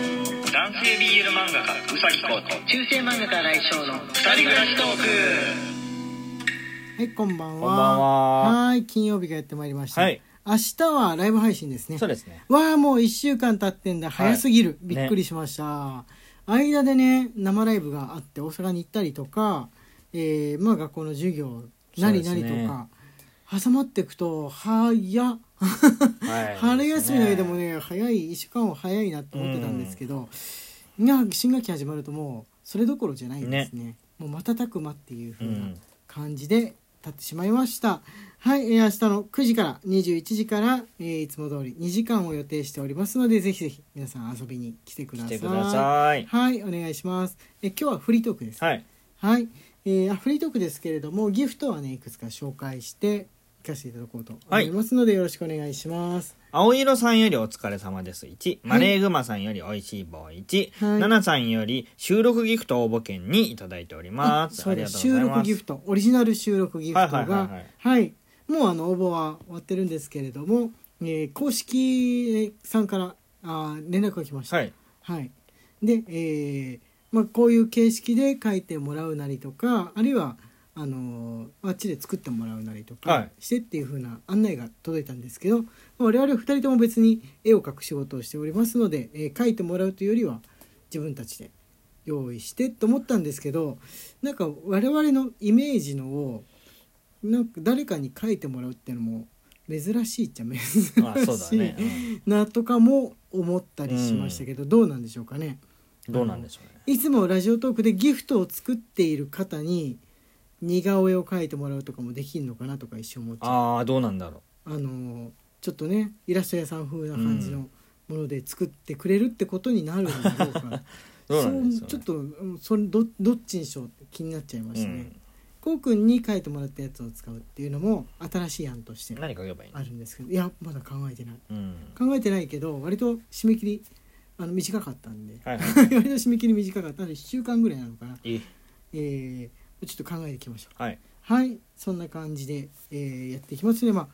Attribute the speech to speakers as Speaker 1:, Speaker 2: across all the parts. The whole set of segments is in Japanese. Speaker 1: 男性 BL 漫画家うさぎこと
Speaker 2: 中世漫画家来翔の
Speaker 1: 二人暮らしトーク
Speaker 3: はい、こんばんは。
Speaker 4: こんばんは
Speaker 3: ーい、金曜日がやってまいりました。
Speaker 4: はい
Speaker 3: 明日はライブ配信ですね。
Speaker 4: そうですね。
Speaker 3: わあ、もう一週間経ってんだ。
Speaker 4: はい
Speaker 3: 早すぎる。
Speaker 4: ね
Speaker 3: びっくりしました。間でね、生ライブがあって、大阪に行ったりとか、えー、まあ学校の授業、なりなりと
Speaker 4: そうです
Speaker 3: か、挟まっていくと、はや、
Speaker 4: は
Speaker 3: 春休みの間も。ね、早い、一週間は早いなと思ってたんですけど、いや、新学期始まるともう、それどころじゃないですね。もう瞬く間っていう
Speaker 4: う
Speaker 3: 風な。
Speaker 4: ん。
Speaker 3: 感じで経ってしまいましたはい、えー明日の9時から21時から、えーいつも通り2時間を予定しておりますのでぜひぜひ皆さん遊びに来てくだ
Speaker 4: 来
Speaker 3: さい
Speaker 4: てください。
Speaker 3: はいお願いしますえー今日はフリートークですはい、
Speaker 4: はい。
Speaker 3: えーあフリートークですけれどもギフトはねいくつか紹介していかせていただこうと思いますので、よろしくお願いします
Speaker 4: 青色さんよりお疲れ様です。1。マレーグマさんよりおいしい棒1。
Speaker 3: はい
Speaker 4: ナナさんより収録ギフト応募券にいただいております。
Speaker 3: そ
Speaker 4: あ
Speaker 3: う
Speaker 4: り
Speaker 3: で
Speaker 4: がと
Speaker 3: す
Speaker 4: う
Speaker 3: 収
Speaker 4: ござい
Speaker 3: 録
Speaker 4: ま
Speaker 3: ギフ
Speaker 4: す。
Speaker 3: トオリジナル収録ギフトがは
Speaker 4: はいいはいはいはい
Speaker 3: もうあの応募は終わってるんですけれども、えー公式さんからあー連絡が来ました、
Speaker 4: はい。
Speaker 3: はいで、えーまあ、こういう形式で書いてもらうなりとかあるいはあのーあっちで作ってもらうなりと
Speaker 4: は
Speaker 3: か
Speaker 4: い
Speaker 3: してっていう風な案内が届いたんですけど、我々2人とも別に絵を描く仕事をしておりますので、えー描いてもらうというよりは自分たちで用意してと思ったんですけどなんか我々のイメージのをなんか誰かに描いてもらうっていうのも珍しいっちゃ珍しい
Speaker 4: あ、そう だね。うん
Speaker 3: なとかも思ったりしましたけど、どうなんでしょうかね
Speaker 4: どうなんでしょうね。
Speaker 3: いつもラジオトークでギフトを作っている方に似顔絵を描いてもらうとかもできるのかなとか一瞬思っちゃうあ
Speaker 4: ああ、どうなんだろ
Speaker 3: のーちょっとねイラスト屋さん風な感じのもので作ってくれるってことになるのか どうか、
Speaker 4: う。どうなんです
Speaker 3: そう
Speaker 4: よね。
Speaker 3: ちょっとうんそれどどっちにしようって気になっちゃいま
Speaker 4: う
Speaker 3: したね
Speaker 4: ん。
Speaker 3: こうくんに描いてもらったやつを使うっていうのも新しい案として
Speaker 4: 何書けばいいの
Speaker 3: あるんですけどいやまだ考えてない
Speaker 4: うん。
Speaker 3: 考えてないけど割と締め切りあの短かったんで、
Speaker 4: はいはい。
Speaker 3: 割と締め切り短かったので1週間ぐらいなのかな、
Speaker 4: いい。
Speaker 3: えーちょっと考えてきました
Speaker 4: はい。
Speaker 3: はいそんな感じで、えーやっていきますねまあ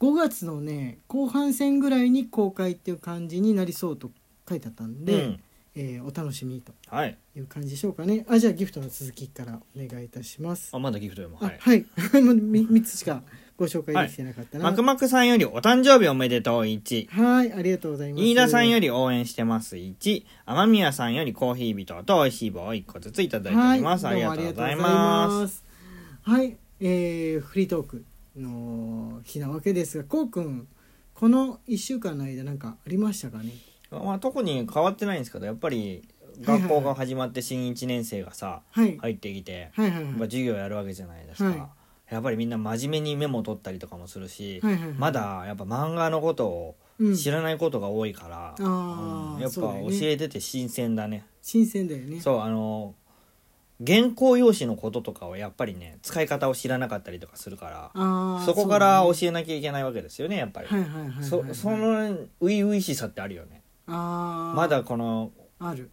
Speaker 3: 5月のね後半戦ぐらいに公開っていう感じになりそうと書いてあったんで、
Speaker 4: うん
Speaker 3: えーお楽しみと
Speaker 4: はい。
Speaker 3: いう感じでしょうかねあじゃあギフトの続きからお願いいたします
Speaker 4: あ、まだギフトでも。
Speaker 3: あ
Speaker 4: は
Speaker 3: はい
Speaker 4: い。、
Speaker 3: もうみ3つしかご紹介できてなかったな、
Speaker 4: マクマクさんよりお誕生日おめでとう1。
Speaker 3: はいありがとうございます
Speaker 4: 飯田さんよ
Speaker 3: り
Speaker 4: り応援してます1雨宮さんよりコーヒービトと美味しい棒を1個ずついただいております、
Speaker 3: ど
Speaker 4: あ
Speaker 3: も
Speaker 4: りがとうございます
Speaker 3: す。はい、えーフリートークの日なわけですが、こうくん、この1週間の間、なんかありましたかね。
Speaker 4: まあ、特に変わってないんですけどやっぱり
Speaker 3: はいはい
Speaker 4: 学校が始まって新1年生がさ
Speaker 3: はい、
Speaker 4: 入ってきて
Speaker 3: はい、はい、は
Speaker 4: や
Speaker 3: い
Speaker 4: っぱ、授業やるわけじゃないですか、
Speaker 3: は
Speaker 4: やっぱりみんな真面目にメモ取ったりとかもするし、
Speaker 3: はいはいはい
Speaker 4: まだやっぱ漫画のことを
Speaker 3: うん、
Speaker 4: 知らないことが多いから、
Speaker 3: うんあー
Speaker 4: やっぱ
Speaker 3: そうだ
Speaker 4: 教
Speaker 3: よね
Speaker 4: えてて新鮮だね
Speaker 3: 新鮮だよね。
Speaker 4: そうあの原稿用紙のこととかはやっぱりね使い方を知らなかったりとかするから
Speaker 3: あー
Speaker 4: そこから
Speaker 3: そう
Speaker 4: 教えなきゃいけないわけですよねやっぱり、
Speaker 3: だねはい、はい、はい、はい。
Speaker 4: そそ、の初々しさってあるよね
Speaker 3: あー
Speaker 4: まだ、この、
Speaker 3: ある。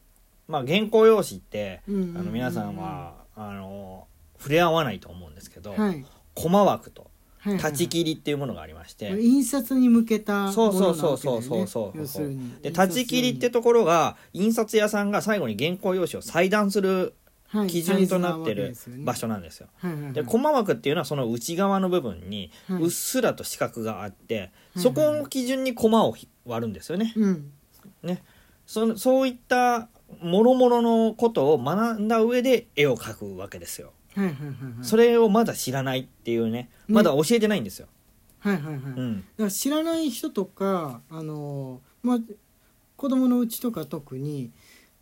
Speaker 4: まあ、原稿用紙って、
Speaker 3: うんうんうんうん
Speaker 4: あの皆さんはあの触れ合わないと思うんですけど、
Speaker 3: はい、はい
Speaker 4: コマ枠と
Speaker 3: はい、
Speaker 4: 立ち切りっていうものがありまして、
Speaker 3: 印刷に向けたも
Speaker 4: そ
Speaker 3: の
Speaker 4: う
Speaker 3: な
Speaker 4: そ
Speaker 3: わ
Speaker 4: う
Speaker 3: けだ
Speaker 4: そ
Speaker 3: よ
Speaker 4: う
Speaker 3: ね。
Speaker 4: そうそうそう
Speaker 3: 要するに。
Speaker 4: で立ち切りってところが印刷屋さんが最後に原稿用紙を裁断する
Speaker 3: はい
Speaker 4: 基準となって
Speaker 3: 大
Speaker 4: る
Speaker 3: 事なわ
Speaker 4: 場
Speaker 3: け
Speaker 4: 所なんですよ。
Speaker 3: ですよね。はい、はい、はい。
Speaker 4: でコマ枠っていうのはその内側の部分に
Speaker 3: はいう
Speaker 4: っすらと四角があって、
Speaker 3: はい
Speaker 4: そこを基準にコマをひ割るんですよね。
Speaker 3: うん、
Speaker 4: ねそのそういったもろもろのことを学んだ上で絵を描くわけですよ。
Speaker 3: はい、はい、はい、はい。
Speaker 4: それをまだ知らないっていうね
Speaker 3: ね
Speaker 4: まだ教えてないんですよ。
Speaker 3: はい、はい、はい。
Speaker 4: うん
Speaker 3: だから知らない人とかあのまあ子供のうちとか特に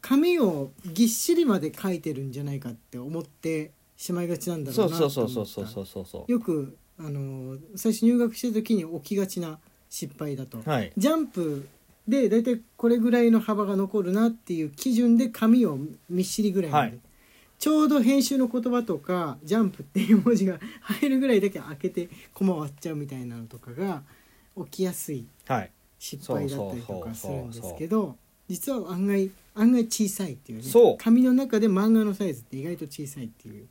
Speaker 3: 紙をぎっしりまで書いてるんじゃないかって思ってしまいがちなんだろ
Speaker 4: そうう
Speaker 3: な
Speaker 4: そ
Speaker 3: と
Speaker 4: うそう
Speaker 3: 思
Speaker 4: そう
Speaker 3: っ
Speaker 4: そうそ
Speaker 3: た
Speaker 4: うそうそ
Speaker 3: よくあの最初入学した時に起きがちな失敗だと、
Speaker 4: う。はい。
Speaker 3: ジャンプで大体これぐらいの幅が残るなっていう基準で紙をみっしりぐらいまで、
Speaker 4: はい
Speaker 3: ちょうど編集の言葉とか「ジャンプ」っていう文字が入るぐらいだけ開けてコマ割っちゃうみたいなのとかが起きやすい
Speaker 4: はい。
Speaker 3: 失敗だったりとかす
Speaker 4: そうそうそうそう
Speaker 3: るんですけど実は案外案外小さいっていうね
Speaker 4: そう
Speaker 3: 紙の中で漫画のサイズって意外と小さいっていう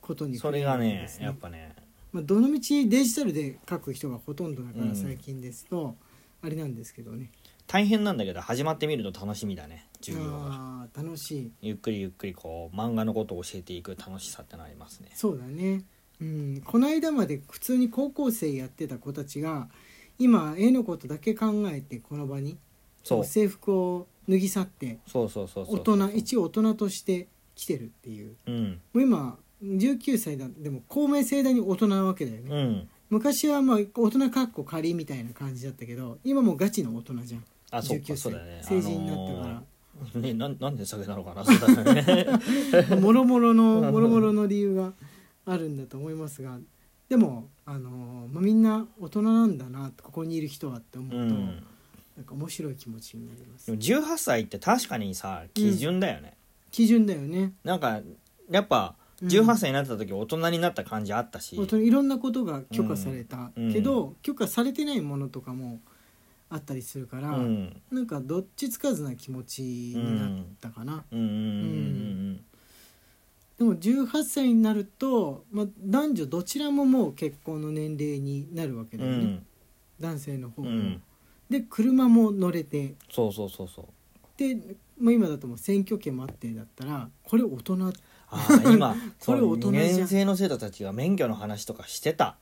Speaker 3: ことに
Speaker 4: それが
Speaker 3: 触るんで
Speaker 4: ね
Speaker 3: す
Speaker 4: やっぱね
Speaker 3: まあ、どのみちデジタルで書く人がほとんどだか
Speaker 4: う
Speaker 3: ら
Speaker 4: ん
Speaker 3: 最近ですと、あれなんですけどね
Speaker 4: 大変なんだけど始まってみると楽しみだね授業が
Speaker 3: あー楽しい
Speaker 4: ゆっくりゆっくりこう漫画のことを教えていく楽しさってのありますね
Speaker 3: そうだねうんこの間まで普通に高校生やってた子たちが今絵のことだけ考えてこの場に
Speaker 4: そう
Speaker 3: 制服を脱ぎ去って
Speaker 4: そうそうそうそう
Speaker 3: 大人一応大人として来てるっていう
Speaker 4: うん
Speaker 3: もう今19歳だでも公明正大に大人なわけだよね、
Speaker 4: うん
Speaker 3: 昔はまあ大人かっこ仮みたいな感じだったけど今もうガチの大人じゃん
Speaker 4: あそう
Speaker 3: 19
Speaker 4: か
Speaker 3: 歳
Speaker 4: そうだね
Speaker 3: 成人になったから、
Speaker 4: あのーねなんなんで酒なのかなそうだね
Speaker 3: もろもろのもろもろの理由があるんだと思いますがでも、あのーまあ、みんな大人なんだなここにいる人はって思う
Speaker 4: う
Speaker 3: と、
Speaker 4: ん
Speaker 3: なんか面白い気持ちになりま
Speaker 4: ですも18歳って確かにさ基準だよね、
Speaker 3: 基準だよね
Speaker 4: なんかやっぱ
Speaker 3: うん
Speaker 4: 18歳になった時大人になった感じあったし、
Speaker 3: 大人いろんなことが許可された
Speaker 4: うん
Speaker 3: けど、許可されてないものとかもあったりするから、
Speaker 4: うん
Speaker 3: なんかどっちつかずな気持ちになったかな、
Speaker 4: うんうんうん
Speaker 3: でも18歳になると、まあ、男女どちらももう結婚の年齢になるわけ
Speaker 4: うん
Speaker 3: だ
Speaker 4: う
Speaker 3: よね、
Speaker 4: ん
Speaker 3: 男性の方
Speaker 4: うんう
Speaker 3: も、
Speaker 4: ん
Speaker 3: で車も乗れて
Speaker 4: そうそうそうそう
Speaker 3: で、まあ、今だともう選挙権もあってだったらこれ大人
Speaker 4: あ ー今
Speaker 3: これ大人じゃん
Speaker 4: 2年生の生徒たちが免許の話とかしてた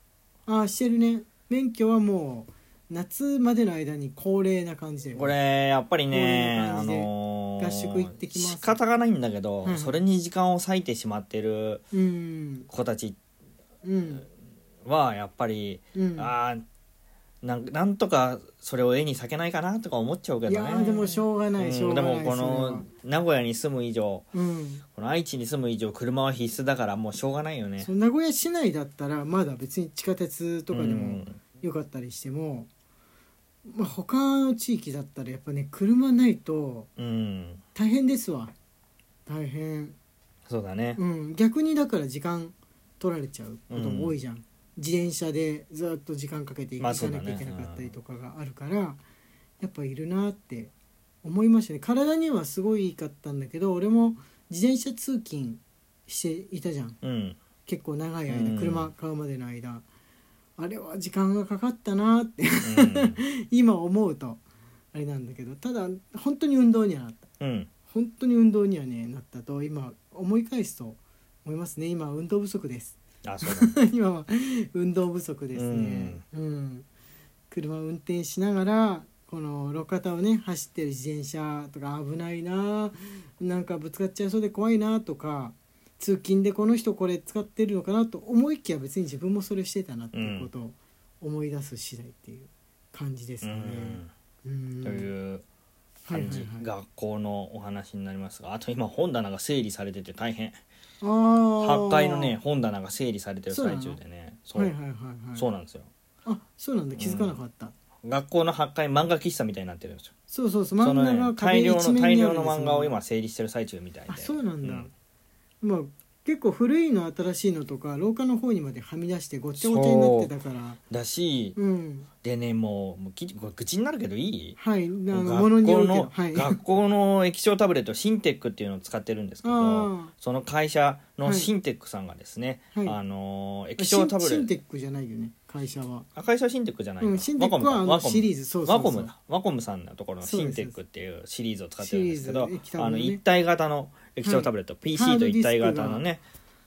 Speaker 3: ああしてるね免許はもう夏までの間に高齢な感じで
Speaker 4: これやっぱり
Speaker 3: こういう
Speaker 4: ねあ
Speaker 3: 感じで
Speaker 4: のー
Speaker 3: 合宿行ってきます
Speaker 4: 仕方がないんだけど、
Speaker 3: うん
Speaker 4: それに時間を割いてしまってる
Speaker 3: うん
Speaker 4: 子たち
Speaker 3: うん
Speaker 4: はやっぱり、
Speaker 3: うん
Speaker 4: あーなんなんとかそれを絵に避けないかなとか思っちゃうけど
Speaker 3: い
Speaker 4: ね
Speaker 3: やーでもしょうがないしょ
Speaker 4: う
Speaker 3: うん
Speaker 4: で
Speaker 3: がない、
Speaker 4: もこの名古屋に住む以上
Speaker 3: それはうん
Speaker 4: この愛知に住む以上車は必須だからもうしょうがないよね
Speaker 3: そ。の名古屋市内だったらまだ別に地下鉄とかで
Speaker 4: う
Speaker 3: も
Speaker 4: ん
Speaker 3: よかったりしても、まあ、他の地域だったらやっぱね車ないと
Speaker 4: うん、
Speaker 3: 大変ですわ大変
Speaker 4: そうだね、
Speaker 3: うん逆にだから時間取られちゃうことも多いじゃん、自転車でずっと時間かけて行
Speaker 4: まあ
Speaker 3: か
Speaker 4: そうだ
Speaker 3: な
Speaker 4: ね
Speaker 3: きゃいけなかったりとかがあるから、やっぱいるなって思いましたね体にはすごいいいかったんだけど俺も自転車通勤していたじゃん
Speaker 4: うん
Speaker 3: 結構長い
Speaker 4: うん
Speaker 3: 間車買うまでの間、あれは時間がかかったなって
Speaker 4: うん
Speaker 3: 今思うとあれなんだけどただ本当に運動にはなった
Speaker 4: うん、
Speaker 3: 本当に運動にはねなったと今思い返すと思いますね今は運動不足です
Speaker 4: あそうだね
Speaker 3: 今は運動不足ですねうん、車を運転しながらこの路肩をね走ってる自転車とか危ないななんかぶつかっちゃいそうで怖いなとか通勤でこの人これ使ってるのかなと思いきや別に自分もそれしてたなっていうことを思い出す次第っていう感じです
Speaker 4: う
Speaker 3: かね。
Speaker 4: ん
Speaker 3: うん
Speaker 4: という
Speaker 3: はいは
Speaker 4: 感
Speaker 3: い
Speaker 4: じ、
Speaker 3: はい、
Speaker 4: 学校のお話になりますがあと今本棚が整理されてて大変
Speaker 3: あー
Speaker 4: 8階のね本棚が整理されてる最中でねそう,、
Speaker 3: はいはいはいはい
Speaker 4: そうなんですよ
Speaker 3: あそうなんだ気づかなかった、
Speaker 4: 学校の8階漫画喫茶みたいになってるんですよ
Speaker 3: そうそうそう
Speaker 4: そ
Speaker 3: 漫
Speaker 4: の
Speaker 3: 画
Speaker 4: ね
Speaker 3: が壁
Speaker 4: 大量
Speaker 3: 一
Speaker 4: の
Speaker 3: 面
Speaker 4: 大
Speaker 3: にあ
Speaker 4: 量
Speaker 3: るんですよ
Speaker 4: の漫画を今整理してる最中みたいで
Speaker 3: あそうなんだ、
Speaker 4: う
Speaker 3: まあ結構古いの新しいのとか廊下の方にまではみ出してごっちゃごちゃになってたから
Speaker 4: だし
Speaker 3: うん
Speaker 4: でねもうもうきこれ愚痴になるけどいい
Speaker 3: はいあのもの
Speaker 4: 学
Speaker 3: による
Speaker 4: 校
Speaker 3: けど
Speaker 4: の、
Speaker 3: はい
Speaker 4: 学校の液晶タブレットシンテックっていうのを使ってるんですけ
Speaker 3: あ
Speaker 4: ど
Speaker 3: ー
Speaker 4: その会社の
Speaker 3: はい
Speaker 4: シンテックさんがですね、
Speaker 3: はい
Speaker 4: あの ー液
Speaker 3: シ
Speaker 4: 晶
Speaker 3: ン
Speaker 4: タブレ
Speaker 3: シ
Speaker 4: ッ
Speaker 3: ン
Speaker 4: ト
Speaker 3: テックじゃないよね会社は
Speaker 4: あ会社はシンテックじゃない
Speaker 3: うんシンテックはあのシリーズそうそう
Speaker 4: ワ
Speaker 3: そ
Speaker 4: コ
Speaker 3: う
Speaker 4: ムだワコムさんのところのシンテックっていうシリーズを使ってるんですけど、
Speaker 3: シリーズ液タブ
Speaker 4: あの
Speaker 3: ね
Speaker 4: 一体型の液晶タブレット、PC と一体型のね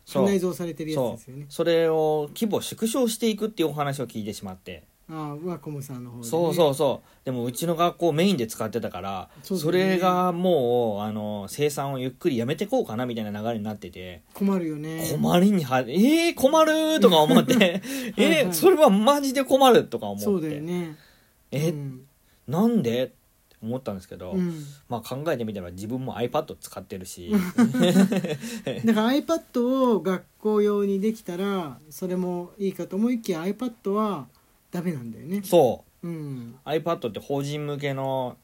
Speaker 4: そう
Speaker 3: 内蔵されてるやつ
Speaker 4: そ
Speaker 3: で
Speaker 4: う
Speaker 3: すよね
Speaker 4: それを規模を縮小していくっていうお話を聞いてしまって、
Speaker 3: ああワコムさんの方で、ね、
Speaker 4: そうそううそうでもうちの学校メインで使ってたからそ,、
Speaker 3: そうだよね
Speaker 4: れがもうあの生産をゆっくりやめてこうかなみたいな流れになってて
Speaker 3: 困るよね
Speaker 4: 困りにはえー、困るとか思って
Speaker 3: はい
Speaker 4: えー、それはマジで困るとか思って
Speaker 3: そうだよね
Speaker 4: え
Speaker 3: う
Speaker 4: ー
Speaker 3: ん
Speaker 4: なんでって思ったんですけど、
Speaker 3: うん
Speaker 4: まあ考えてみたら自分も iPad 使ってるし
Speaker 3: だから iPad を学校用にできたらそれもいいかと思いきや iPad はダメなんだよね。
Speaker 4: そ
Speaker 3: うん、
Speaker 4: う iPad って法人向けの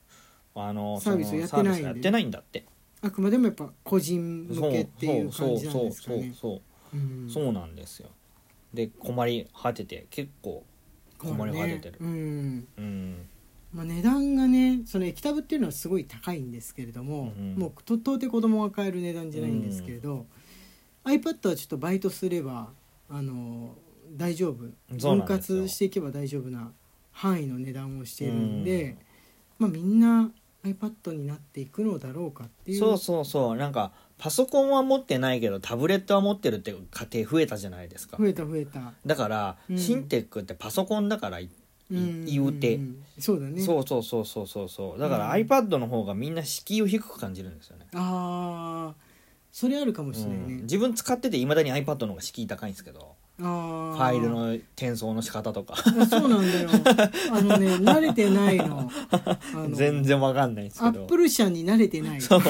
Speaker 4: あの
Speaker 3: サービス
Speaker 4: そ
Speaker 3: やって
Speaker 4: の
Speaker 3: ないんで
Speaker 4: サービスやってないんだって
Speaker 3: あくまでもやっぱ個人向けっていう
Speaker 4: そ
Speaker 3: 感
Speaker 4: う
Speaker 3: じなん
Speaker 4: そう
Speaker 3: ですか
Speaker 4: そう
Speaker 3: ね。
Speaker 4: そう
Speaker 3: うん
Speaker 4: そうなんですよで困り果てて結構困り果ててる、
Speaker 3: うん
Speaker 4: うん
Speaker 3: まあ、値段がねその液タブっていうのはすごい高いんですけれども、
Speaker 4: うん
Speaker 3: もうと到底子供が買える値段じゃないんですけれど、iPad はちょっとバイトすればあの大丈夫
Speaker 4: そう
Speaker 3: 分
Speaker 4: なんですよ
Speaker 3: 割していけば大丈夫な範囲の値段をしているんで、まあ、みんな iPad になっていくのだろうかっていう
Speaker 4: そうそうそうなんかパソコンは持ってないけどタブレットは持ってるって家庭増えたじゃないですか
Speaker 3: 増えた増えた、
Speaker 4: だから、
Speaker 3: うん
Speaker 4: シンテックってパソコンだからい
Speaker 3: うん
Speaker 4: 言うて
Speaker 3: んそうだね
Speaker 4: そうそうそうそうそうそうだから
Speaker 3: うん
Speaker 4: iPad の方がみんな敷居を低く感じるんですよね、
Speaker 3: ああそれあるかもしれない
Speaker 4: うん
Speaker 3: ね、
Speaker 4: 自分使ってていまだに iPad の方が敷居高いんですけど
Speaker 3: あ
Speaker 4: フ
Speaker 3: あ
Speaker 4: ァイルの転送の仕方とか
Speaker 3: あそうなん だよあのね慣れてないのあの
Speaker 4: 全然わかんないんです
Speaker 3: ア
Speaker 4: け
Speaker 3: ッ
Speaker 4: ど
Speaker 3: プル社に慣れてない
Speaker 4: そう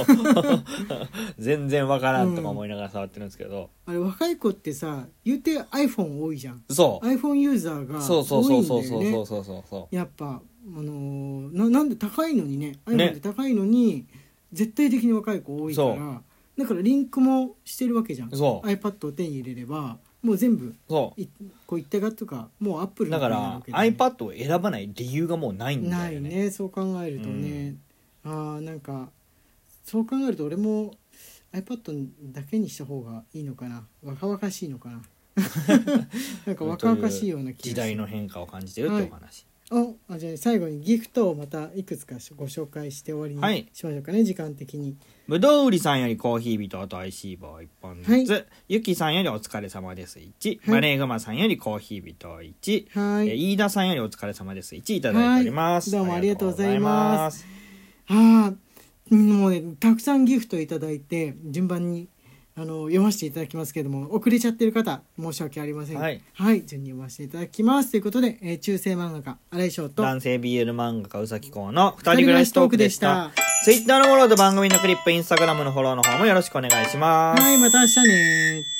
Speaker 4: 全然わからんとか思いながら触ってるんですけど、
Speaker 3: あれ若い子ってさ言うて iPhone 多いじゃん
Speaker 4: そう
Speaker 3: iPhone ユーザーが
Speaker 4: そうそうそ
Speaker 3: 多い
Speaker 4: うん
Speaker 3: だ
Speaker 4: そう
Speaker 3: よ
Speaker 4: そうそ
Speaker 3: ね
Speaker 4: うそうそうそう
Speaker 3: やっぱあのーななんで高いのにね iPhone
Speaker 4: ね
Speaker 3: って高いのに、絶対的に若い子多いか
Speaker 4: そ
Speaker 3: らだからリンクもしてるわけじゃん
Speaker 4: そう
Speaker 3: iPad を手に入れればもう全部
Speaker 4: そ
Speaker 3: いこう一体がとかもう Apple
Speaker 4: うだから、
Speaker 3: iPad
Speaker 4: iPad を選ばない理由がもうないんだ
Speaker 3: な
Speaker 4: よ
Speaker 3: い
Speaker 4: ね
Speaker 3: ねそう考えるとね、ああなんかそう考えると俺も iPad だけにした方がいいのかな若々しいのか ななんか若々しいような気
Speaker 4: 時
Speaker 3: がす
Speaker 4: 代
Speaker 3: る
Speaker 4: の変化を感じてるってお話、
Speaker 3: ああじゃあ最後にギフトをまたいくつかご紹介して終わ
Speaker 4: は
Speaker 3: りに
Speaker 4: い
Speaker 3: しましょうかね、時間的に
Speaker 4: ぶどう売りさんよりコーヒー人と美味しい棒一本ずつ、ゆきさんよりお疲れ様です1、
Speaker 3: はい
Speaker 4: マレーグマさんよりコーヒー人1、
Speaker 3: は
Speaker 4: え
Speaker 3: ーい
Speaker 4: 飯田さんよりお疲れ様です1いただいております、
Speaker 3: はいどうもありがとうございます
Speaker 4: ありがとうござい
Speaker 3: ああもうねたくさんギフトいただいて順番にあの読ませていただきますけれども遅れちゃってる方申し訳ありません
Speaker 4: はい、
Speaker 3: 順に読ませていただきますということで、えー中世漫画家新井翔と
Speaker 4: 男性 BL 漫画家うさきこうの二人暮らしトークでし
Speaker 3: 二
Speaker 4: た
Speaker 3: 人暮らしトークで
Speaker 4: Twitter のフォローと番組のクリップ Instagram のフォローの方もよろしくお願いします
Speaker 3: はいまた明日ね